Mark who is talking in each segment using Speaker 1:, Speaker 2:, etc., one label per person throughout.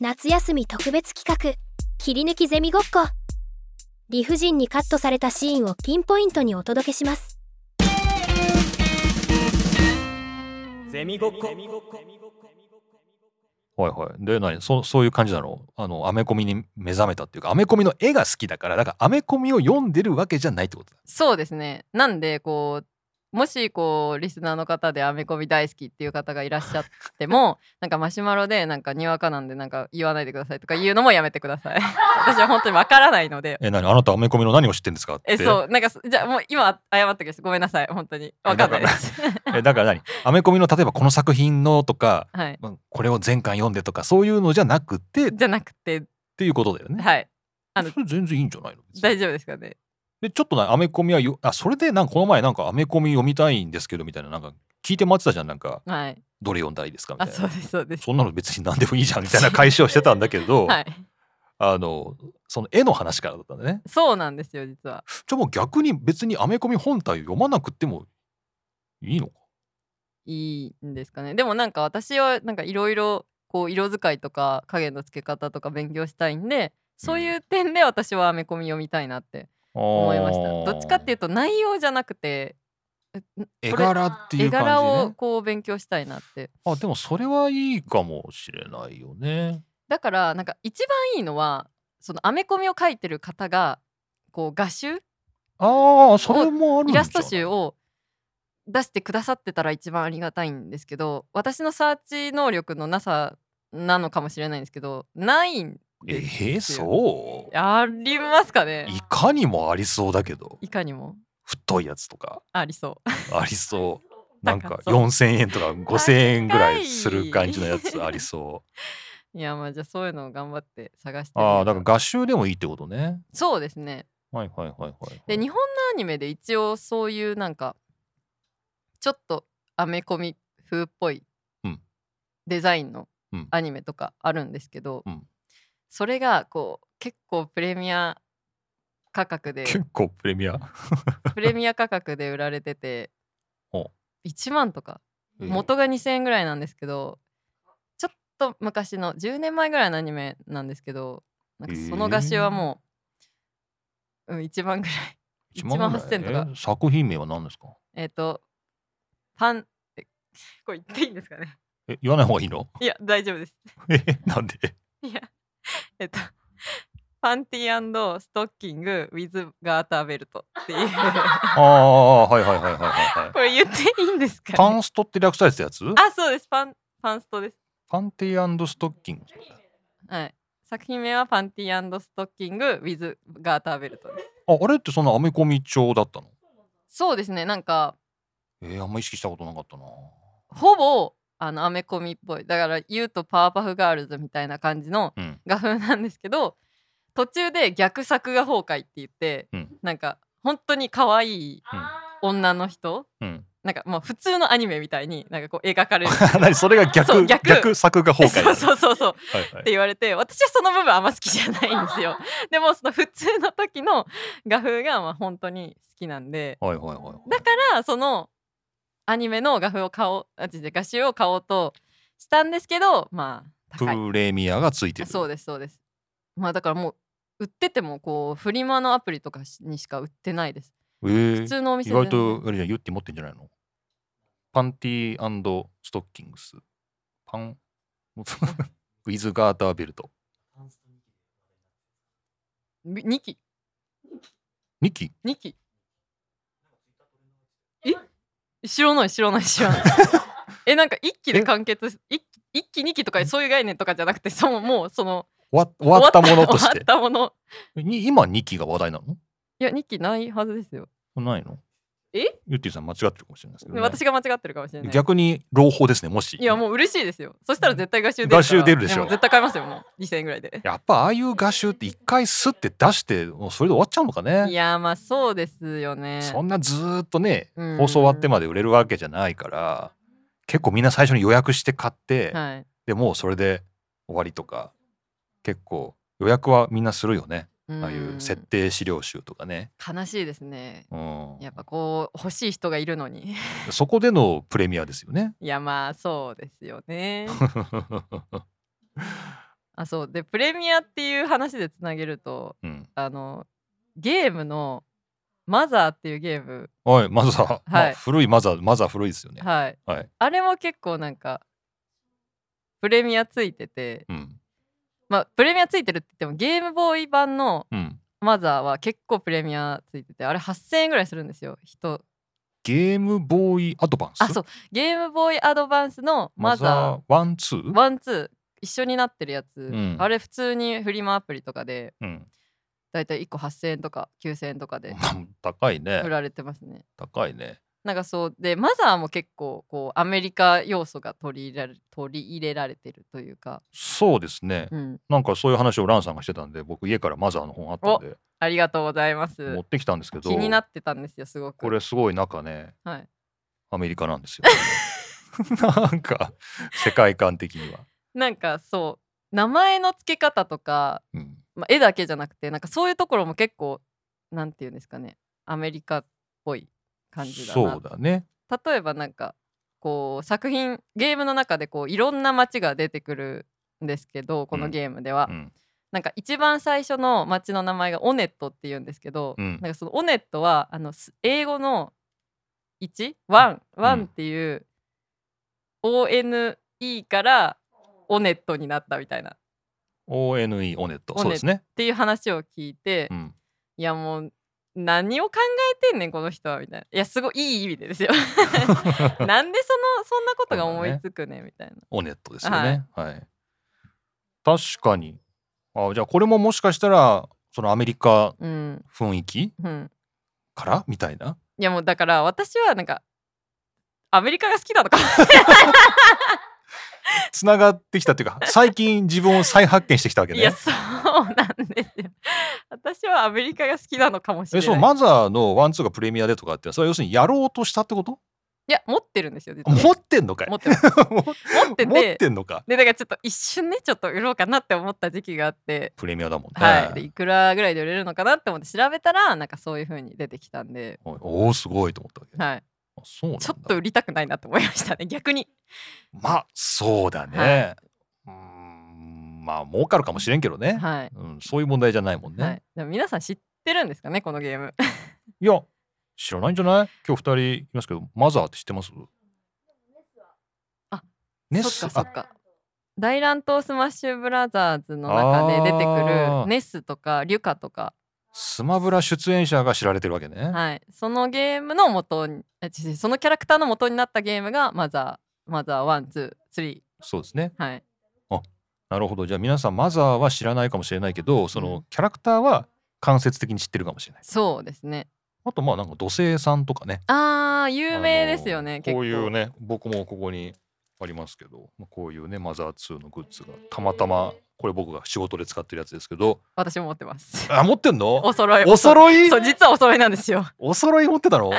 Speaker 1: 夏休み特別企画切り抜きゼミごっこ理不尽にカットされたシーンをピンポイントにお届けします
Speaker 2: ゼミごっこ。
Speaker 3: はいはい。で、何そそういう感じなのあの、アメコミに目覚めたっていうか、アメコミの絵が好きだから、だからアメコミを読んでるわけじゃないってことだ。
Speaker 4: そうですねなんでこうもしこうリスナーの方でアメコミ大好きっていう方がいらっしゃっても なんかマシュマロでなんかにわかなんでなんか言わないでくださいとか言うのもやめてください 私は本当にわからないので
Speaker 3: え、何あなたアメコミの何を知ってんですかって。
Speaker 4: えそうなんかすじゃあもう今謝ってくださいごめんなさい本当にわかんないです
Speaker 3: えだから何アメコミの例えばこの作品のとか、
Speaker 4: はい
Speaker 3: まあこれを全巻読んでとか、そういうのじゃなくてっ
Speaker 4: じゃなくて
Speaker 3: ていうことだよね。
Speaker 4: はいあの
Speaker 3: それ全然いいんじゃないの別に
Speaker 4: 大丈夫ですかね
Speaker 3: で、ちょっとな、アメコミはよ、あ、それで、なんかこの前、なんかアメコミ読みたいんですけど、みたいな、なんか聞いて待ってたじゃん、なんか、
Speaker 4: はい
Speaker 3: どれ読んだらいいですかみた
Speaker 4: あ
Speaker 3: いな。
Speaker 4: そうですそうです
Speaker 3: そんなの別に何でもいいじゃんみたいな解消してたんだけど、
Speaker 4: はい
Speaker 3: あのその絵の話からだったんだね
Speaker 4: そうなんですよ実は
Speaker 3: じゃあもう逆に別にアメコミ本体を読まなくてもいいのか
Speaker 4: いいんですかねでもなんか私はなんかいろいろこう色使いとか影の付け方とか勉強したいんでそういう点で私はアメコミ読みたいなって思いましたどっちかっていう
Speaker 3: と
Speaker 4: と内容じゃなくて
Speaker 3: 絵
Speaker 4: これ
Speaker 3: 柄ってい
Speaker 4: 絵
Speaker 3: う感じ、ね、
Speaker 4: 柄をこう勉強したいなって
Speaker 3: あでもそれはいいかもしれないよね
Speaker 4: だからなんか一番いいのはそのアメコミを描いてる方がこう画集
Speaker 3: ああそれもあるんじ
Speaker 4: イ
Speaker 3: ゃない
Speaker 4: ラスト集を出してくださってたら一番ありがたいんですけど私のサーチ能力のなさなのかもしれないんですけどないん
Speaker 3: え
Speaker 4: で
Speaker 3: ー、
Speaker 4: す
Speaker 3: そう
Speaker 4: ありますかね
Speaker 3: いかにもありそうだけど
Speaker 4: いかにも
Speaker 3: 太いやつとか
Speaker 4: ありそ
Speaker 3: あり そうなんか
Speaker 4: 高そう
Speaker 3: 4,000円とか5,000円ぐらいする感じのやつありそう
Speaker 4: うい やまあじゃあそういうのを頑張って探してみよう
Speaker 3: ああ、だから合集でもいいってことね。
Speaker 4: そうですね
Speaker 3: はいはいはいはい。
Speaker 4: で日本のアニメで一応そういうなんかちょっとアメコミ風っぽい
Speaker 3: うん
Speaker 4: デザインの
Speaker 3: うん
Speaker 4: アニメとかあるんですけど、
Speaker 3: うん
Speaker 4: それがこう結構プレミア価 格で
Speaker 3: 結構プレミア。
Speaker 4: プレミア価格で売られてて
Speaker 3: お
Speaker 4: 1万とか元が2,000円ぐらいなんですけどちょっと昔の10年前ぐらいのアニメなんですけどなんかその画集はもう、うん、1万ぐらい
Speaker 3: えー
Speaker 4: 1万8000
Speaker 3: ぐら
Speaker 4: と
Speaker 3: い
Speaker 4: か
Speaker 3: えー作品名は何ですか
Speaker 4: えっ、とパンえ これ言っていいんですかね
Speaker 3: え、言わない方がいいの
Speaker 4: いや大丈夫です
Speaker 3: え、なんで
Speaker 4: いやえっと パンティーストッキング with ガーターベルトっていう
Speaker 3: ああ、はいはいはいはいはいはい。
Speaker 4: これ言っていいんですか、ね、
Speaker 3: パンストって略されてたやつ
Speaker 4: あそうですパンパンストです
Speaker 3: パンティストッキング。
Speaker 4: はい作品名はパンティーストッキング with ガーターベルトです
Speaker 3: あ、あれってそんなアメコミ調だったの
Speaker 4: そうですねなんか
Speaker 3: えー、あんま意識したことなかったな。
Speaker 4: ほぼあのアメコミっぽいだから言うとパワーパフガールズみたいな感じの
Speaker 3: うん。
Speaker 4: 画風なんですけど途中で逆作画崩壊って言って、
Speaker 3: うん
Speaker 4: なんか本当に可愛い女の人
Speaker 3: うん。
Speaker 4: なんかもう普通のアニメみたいになんかこう描か れる
Speaker 3: 何それが
Speaker 4: そう
Speaker 3: 逆、
Speaker 4: 逆
Speaker 3: 逆作画崩壊
Speaker 4: そ
Speaker 3: なの。
Speaker 4: うそうそうそう
Speaker 3: はいは
Speaker 4: っ
Speaker 3: い
Speaker 4: て言われて私はその部分あんま好きじゃないんですよでもその普通の時の画風がまあ本当に好きなんで
Speaker 3: はいはいはいはい。
Speaker 4: だからそのアニメの画風を買おうあ違う画集を買おうとしたんですけどまあ高い
Speaker 3: プレミアがついてる。
Speaker 4: そうですそうですまあだからもう売っててもこうフリマのアプリとかしにしか売ってないです
Speaker 3: えー
Speaker 4: 普通のお
Speaker 3: 意
Speaker 4: 店で
Speaker 3: 外とあれじゃんユッティ持ってんじゃないのパンティーストッキングスパン ウィズガーターベルト
Speaker 4: 2期
Speaker 3: 2期
Speaker 4: 2期え知らない知らない知ら ないえなんか1期で完結し一期一期2期とかそういう概念とかじゃなくてそのもうその
Speaker 3: 終わ終わったものとし
Speaker 4: 終わ
Speaker 3: て
Speaker 4: ったもの
Speaker 3: に今2期が話題なの
Speaker 4: いや2期ないはずですよ、
Speaker 3: ないの
Speaker 4: え
Speaker 3: ユッティさん間違ってるかもしれないですけどね、
Speaker 4: 私が間違ってるかもしれない
Speaker 3: 逆に朗報ですねもし
Speaker 4: いやもう嬉しいですよそしたら絶対画集出る
Speaker 3: 画集出るでしょ
Speaker 4: いやもう絶対買いますよもう2000円ぐらいで
Speaker 3: やっぱああいう画集って一回スッて出してもうそれで終わっちゃうのか
Speaker 4: い
Speaker 3: ね
Speaker 4: やまあそうですよね
Speaker 3: そんなずーっとね
Speaker 4: うん
Speaker 3: 放送終わってまで売れるわけじゃないから結構みんな最初に予約して買って、
Speaker 4: はい
Speaker 3: でもうそれで終わりとか結構予約はみんなするよねああいう設定資料集とかね、
Speaker 4: うん悲しいですね
Speaker 3: うん、
Speaker 4: やっぱこう欲しい人がいるのに
Speaker 3: そこでのプレミアですよね
Speaker 4: いやまあそうですよねあそうでプレミアっていう話でつなげると
Speaker 3: うん。
Speaker 4: あのゲームの「マザー」っていうゲーム、
Speaker 3: はい、マザー、ま
Speaker 4: はい
Speaker 3: あ、古いマザー、マザー古いですよね。
Speaker 4: はい、
Speaker 3: はい。
Speaker 4: あれも結構なんかプレミアついてて
Speaker 3: うん。
Speaker 4: まあプレミアついてるって言ってもゲームボーイ版の
Speaker 3: うん。
Speaker 4: マザーは結構プレミアついててあれ8000円ぐらいするんですよ人
Speaker 3: ゲームボーイアドバンス。
Speaker 4: あそうゲームボーイアドバンスのマザ
Speaker 3: ワンツー
Speaker 4: ーワンツー一緒になってるやつ、
Speaker 3: ん
Speaker 4: あれ普通にフリマアプリとかで
Speaker 3: うん。
Speaker 4: だいたい1個8000円とか9000円とかで
Speaker 3: まあ高いね
Speaker 4: 売。られてますね
Speaker 3: 高いね。
Speaker 4: なんかそうでマザーも結構こうアメリカ要素が取り入れられ取り入れられてるというか、
Speaker 3: そうですね。
Speaker 4: うん、
Speaker 3: なんかそういう話をランさんがしてたんで、僕家からマザーの本あったんで
Speaker 4: ありがとうございます
Speaker 3: 持ってきたんですけど、
Speaker 4: 気になってたんですよすごく
Speaker 3: これすごい中ね、
Speaker 4: はい、
Speaker 3: アメリカなん ですよ。なんか世界観的には。
Speaker 4: なんかそう名前の付け方とか、
Speaker 3: うん。
Speaker 4: まあ、絵だけじゃなくてなんかそういうところも結構なんていうんですかねアメリカっぽい感じだ
Speaker 3: そ
Speaker 4: な
Speaker 3: うだね。
Speaker 4: 例えばなんかこう作品ゲームの中でこういろんな街が出てくるんですけどこのゲームでは、
Speaker 3: うん。
Speaker 4: なんか一番最初の街の名前がオネットっていうんですけど、
Speaker 3: うん
Speaker 4: なんかそのオネットはあのす英語の1ワンワンっていう、ONE からオネットになったみたいなっ
Speaker 3: ONE オネット。
Speaker 4: オネット
Speaker 3: そうですね。
Speaker 4: ていう話を聞いて、
Speaker 3: うん。
Speaker 4: いやもう何を考えてんねんこの人はみたいないやすごいいい意味でで すよなんでそのそんなことが思いつくねみたいな
Speaker 3: オネットですよね。はい。確かに。あ、じゃあこれももしかしたらそのアメリカ
Speaker 4: うん
Speaker 3: 雰囲気
Speaker 4: うん
Speaker 3: からみたいな。
Speaker 4: いやもうだから私はなんかアメリカが好きだとか
Speaker 3: つながってきたっていうか最近自分を再発見してきたわけ
Speaker 4: いや
Speaker 3: ね。
Speaker 4: そうなんですよ。私はアメリカが好きなのかもしれ
Speaker 3: え
Speaker 4: ない。
Speaker 3: そうマザーのワンツーがプレミアでとかってそれは要するにやろうとしたってこと
Speaker 4: いや持ってるんですよ。実は
Speaker 3: 持ってんのかい
Speaker 4: 持ってます持ってて
Speaker 3: 持ってんのか
Speaker 4: でだからちょっと一瞬ねちょっと売ろうかなって思った時期があって、
Speaker 3: プレミアだもんね、
Speaker 4: はい、でいくらぐらいで売れるのかなって思って調べたらなんかそういう風に出てきたんで、
Speaker 3: おいおーすごいと思ったわけ、
Speaker 4: はい、
Speaker 3: あそうなんだ
Speaker 4: ちょっと売りたくないなと思いました ね逆に。
Speaker 3: まあそうだね、うーんまあ儲かるかもしれんけどね、
Speaker 4: はい、
Speaker 3: うん、そういう問題じゃないもんね、
Speaker 4: はい
Speaker 3: い、、
Speaker 4: でも皆さん知ってるんですかねこのゲーム。
Speaker 3: や知らないんじゃない今日二人いますけどマザーって知ってます
Speaker 4: あ
Speaker 3: ネ
Speaker 4: そ
Speaker 3: ス
Speaker 4: っかそ
Speaker 3: あ
Speaker 4: っか。大乱闘スマッシュブラザーズの中で出てく
Speaker 3: あー
Speaker 4: るネスとかリュカとか
Speaker 3: スマブラ出演者が知られてるわけね、
Speaker 4: はい、そのゲームの元にあ違うそのキャラクターの元になったゲームがマザーマザーワンツースリ
Speaker 3: そうですね
Speaker 4: ーはい
Speaker 3: なるほど。じゃあ皆さん、マザーは知らないかもしれないけど、そうの
Speaker 4: ん
Speaker 3: キャラクターは間接的に知ってるかもしれない。
Speaker 4: そうですね
Speaker 3: あと、まあなんか土星さんとかね。
Speaker 4: あー有名ですよ
Speaker 3: あ
Speaker 4: ね、
Speaker 3: の
Speaker 4: 結
Speaker 3: こ
Speaker 4: 構
Speaker 3: ういうね、僕もここにありますけど、まあこういうね、マザー2のグッズがたまたま、これ僕が仕事で使ってるやつですけど、
Speaker 4: 私も持ってます
Speaker 3: あ、持ってんの
Speaker 4: お揃い
Speaker 3: お揃い
Speaker 4: そう実はお揃いなんですよ
Speaker 3: お揃い持ってた の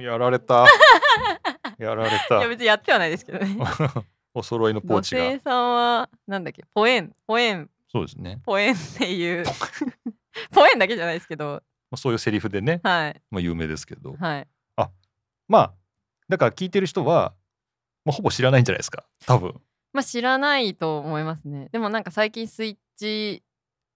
Speaker 3: やられた。やられ
Speaker 4: い
Speaker 3: た
Speaker 4: や。別にやってはないですけどね
Speaker 3: お揃いのポー
Speaker 4: 女
Speaker 3: チが
Speaker 4: 性。さんはなんだっけポエンポエン
Speaker 3: そうですね。
Speaker 4: ポエンっていう ポエンだけじゃないですけど
Speaker 3: まあ、そういうセリフでね、
Speaker 4: はい
Speaker 3: まあ、有名ですけど。
Speaker 4: はい
Speaker 3: まあだから聞いてる人は、まあ、ほぼ知らないんじゃないですか多分
Speaker 4: まあ知らないと思いますね。でもなんか最近スイッチ、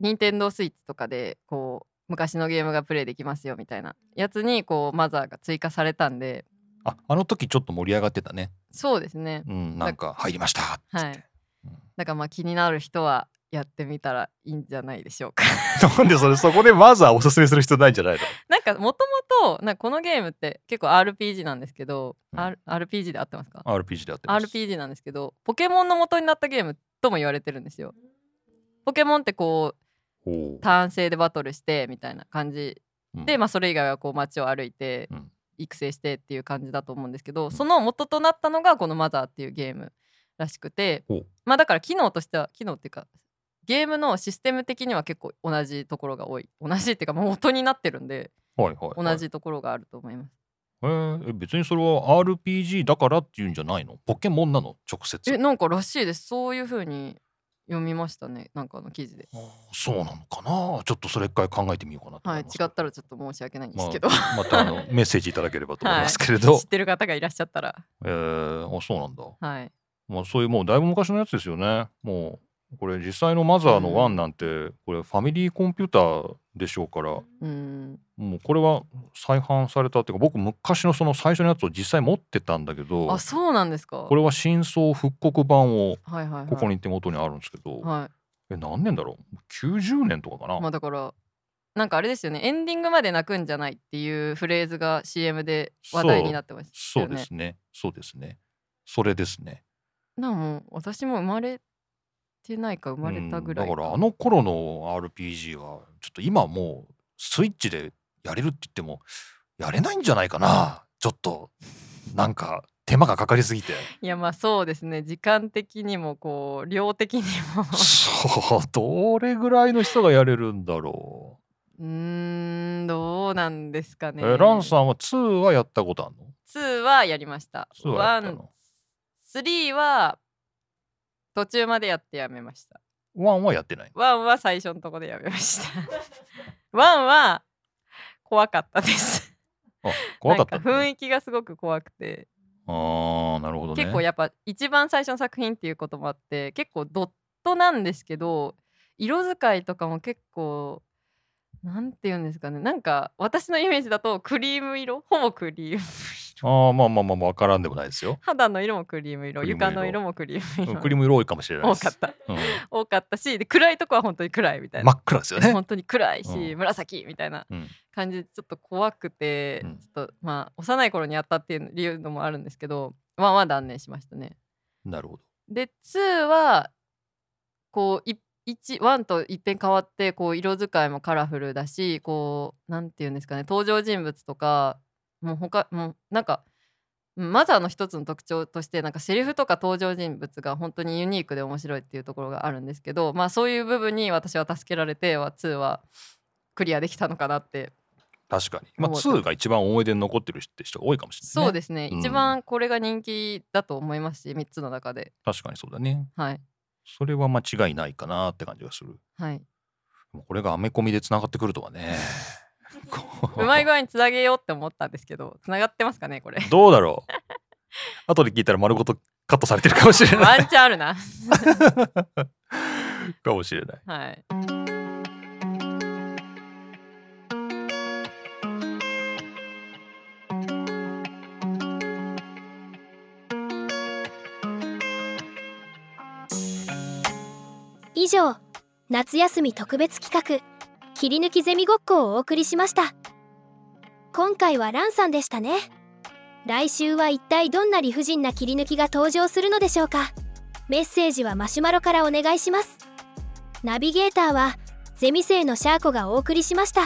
Speaker 4: 任天堂スイッチとかでこう昔のゲームがプレイできますよみたいなやつにこうマザーが追加されたんで、
Speaker 3: ああの時ちょっと盛り上がってたね
Speaker 4: そうですね。
Speaker 3: うんなんか入りましたっつって、
Speaker 4: はい
Speaker 3: うん。
Speaker 4: だからまあ気になる人はやってみたらいいんじゃないでしょうか。
Speaker 3: なんでそれそこでマザーおすすめする人ないんじゃないの
Speaker 4: なんかもともとなんかこのゲームって結構 RPG なんですけど、
Speaker 3: うん
Speaker 4: R- RPG で合ってますか
Speaker 3: RPG であってます
Speaker 4: RPG なんですけどポケモンの元になったゲームとも言われてるんですよ。ポケモンってこう
Speaker 3: ほう
Speaker 4: 単性でバトルしてみたいな感じ
Speaker 3: うん
Speaker 4: で、まあ、それ以外はこう街を歩いて
Speaker 3: うん
Speaker 4: 育成してっていう感じだと思うんですけど、その元となったのがこの「マザー」っていうゲームらしくて、
Speaker 3: ほう
Speaker 4: まあだから機能としては機能っていうかゲームのシステム的には結構同じところが多い同じっていうかもう元になってるんで
Speaker 3: はいはいはい
Speaker 4: 同じところがあると思います。
Speaker 3: へーえ別にそれは RPG だからっていうんじゃないのポケモンなの直接
Speaker 4: えなんからしいですそういう風に読みましたねなんかの記事で。
Speaker 3: あーそうなのかなちょっとそれ一回考えてみようかなと
Speaker 4: は
Speaker 3: 思い
Speaker 4: い、違
Speaker 3: ます
Speaker 4: ったらちょっと申し訳ないんですけど、
Speaker 3: まあ、またあ のメッセージいただければと思いますけれ ど、
Speaker 4: 知ってる方がいらっしゃったら、
Speaker 3: えー、あそうなんだ
Speaker 4: はい、
Speaker 3: まあ、そういうもうだいぶ昔のやつですよね。もうこれ実際のマザーのワンなんてこれファミリーコンピューターでしょうから
Speaker 4: うん
Speaker 3: もうこれは再販されたっていうか僕昔のその最初のやつを実際持ってたんだけど
Speaker 4: あそうなんですか
Speaker 3: これは真相復刻版を
Speaker 4: はいはいはい
Speaker 3: ここに手元にあるんですけど、
Speaker 4: は
Speaker 3: え何年だろう90年とかかな、
Speaker 4: いまあだからなんかあれですよねエンディングまで泣くんじゃないっていうフレーズが CM で話題になってました
Speaker 3: そ
Speaker 4: よ
Speaker 3: うで
Speaker 4: ね
Speaker 3: すねそうですねそれですね
Speaker 4: なんかもう私も生まれてないか生まれたぐらい
Speaker 3: うんだからあの頃の RPG はちょっと今もうスイッチでやれるって言ってもやれないんじゃないかなちょっとなんか手間がかかりす ぎて
Speaker 4: いやまあそうですね時間的にもこう量的にも
Speaker 3: そうどれぐらいの人がやれるんだろ
Speaker 4: うーんどうなんですか
Speaker 3: う、
Speaker 4: ね
Speaker 3: えランさんは2はやったことあるの
Speaker 4: 2はやりました
Speaker 3: 2はやったの
Speaker 4: 3は途中までやってやめました
Speaker 3: 1はやってない
Speaker 4: 1は最初のとこでやめました 1は怖かったです
Speaker 3: あ怖かった
Speaker 4: なんか雰
Speaker 3: 囲
Speaker 4: 囲気がすごく怖くて、
Speaker 3: ああなるほどね
Speaker 4: 結構やっぱ一番最初の作品っていうこともあって結構ドットなんですけど色使いとかも結構なんて言うんですかねなんか私のイメージだとクリーム色ほぼクリーム
Speaker 3: あーまあまあまあまあわからんでもない ですよ
Speaker 4: 肌の色もクリーム色
Speaker 3: クリーム色
Speaker 4: 床の色もクリーム
Speaker 3: う
Speaker 4: 色
Speaker 3: んクリーム色多いかもしれないで
Speaker 4: 多
Speaker 3: す
Speaker 4: かった
Speaker 3: う
Speaker 4: 多かったしで暗いとこは本当に暗いみたい
Speaker 3: ん
Speaker 4: な
Speaker 3: 真、っ暗ですよね
Speaker 4: 本当に暗いし、
Speaker 3: うん
Speaker 4: 紫みたいな
Speaker 3: うん
Speaker 4: 感じでちょっと怖くて、
Speaker 3: うん
Speaker 4: ちょっとまあ幼い頃にやったっていう理由のもあるんですけど1は断念しましたね。
Speaker 3: なるほど
Speaker 4: で2はこうい一1と一変変わってこう色使いもカラフルだしこうなんていうんですかね登場人物とかもう他もうなんかうんマザーの一つの特徴としてなんかセリフとか登場人物が本当にユニークで面白いっていうところがあるんですけどまあそういう部分に私は助けられては2はクリアできたのかなって
Speaker 3: 確かに、まあ、
Speaker 4: 思う
Speaker 3: 2が一番思い出に残ってる人って人が多いかもしれない、ね、
Speaker 4: そうですね
Speaker 3: うん
Speaker 4: 一番これが人気だと思いますし3つの中で
Speaker 3: 確かにそうだね
Speaker 4: はい
Speaker 3: それは間違いないかなって感じがする
Speaker 4: はい
Speaker 3: でもこれがアメコミでつながってくるとは ねこ
Speaker 4: うまい具合につなげようって思ったんですけどつながってますかねこれ
Speaker 3: どうだろう後で聞いたら丸ごとカットされてるかもしれな
Speaker 4: ワ
Speaker 3: い
Speaker 4: ンチャンあるな
Speaker 3: かもしれない
Speaker 4: はい
Speaker 1: 以上夏休み特別企画切り抜きゼミごっこをお送りしました今回はランさんでしたね来週は一体どんな理不尽な切り抜きが登場するのでしょうかメッセージはマシュマロからお願いしますナビゲーターはゼミ生のシャーコがお送りしました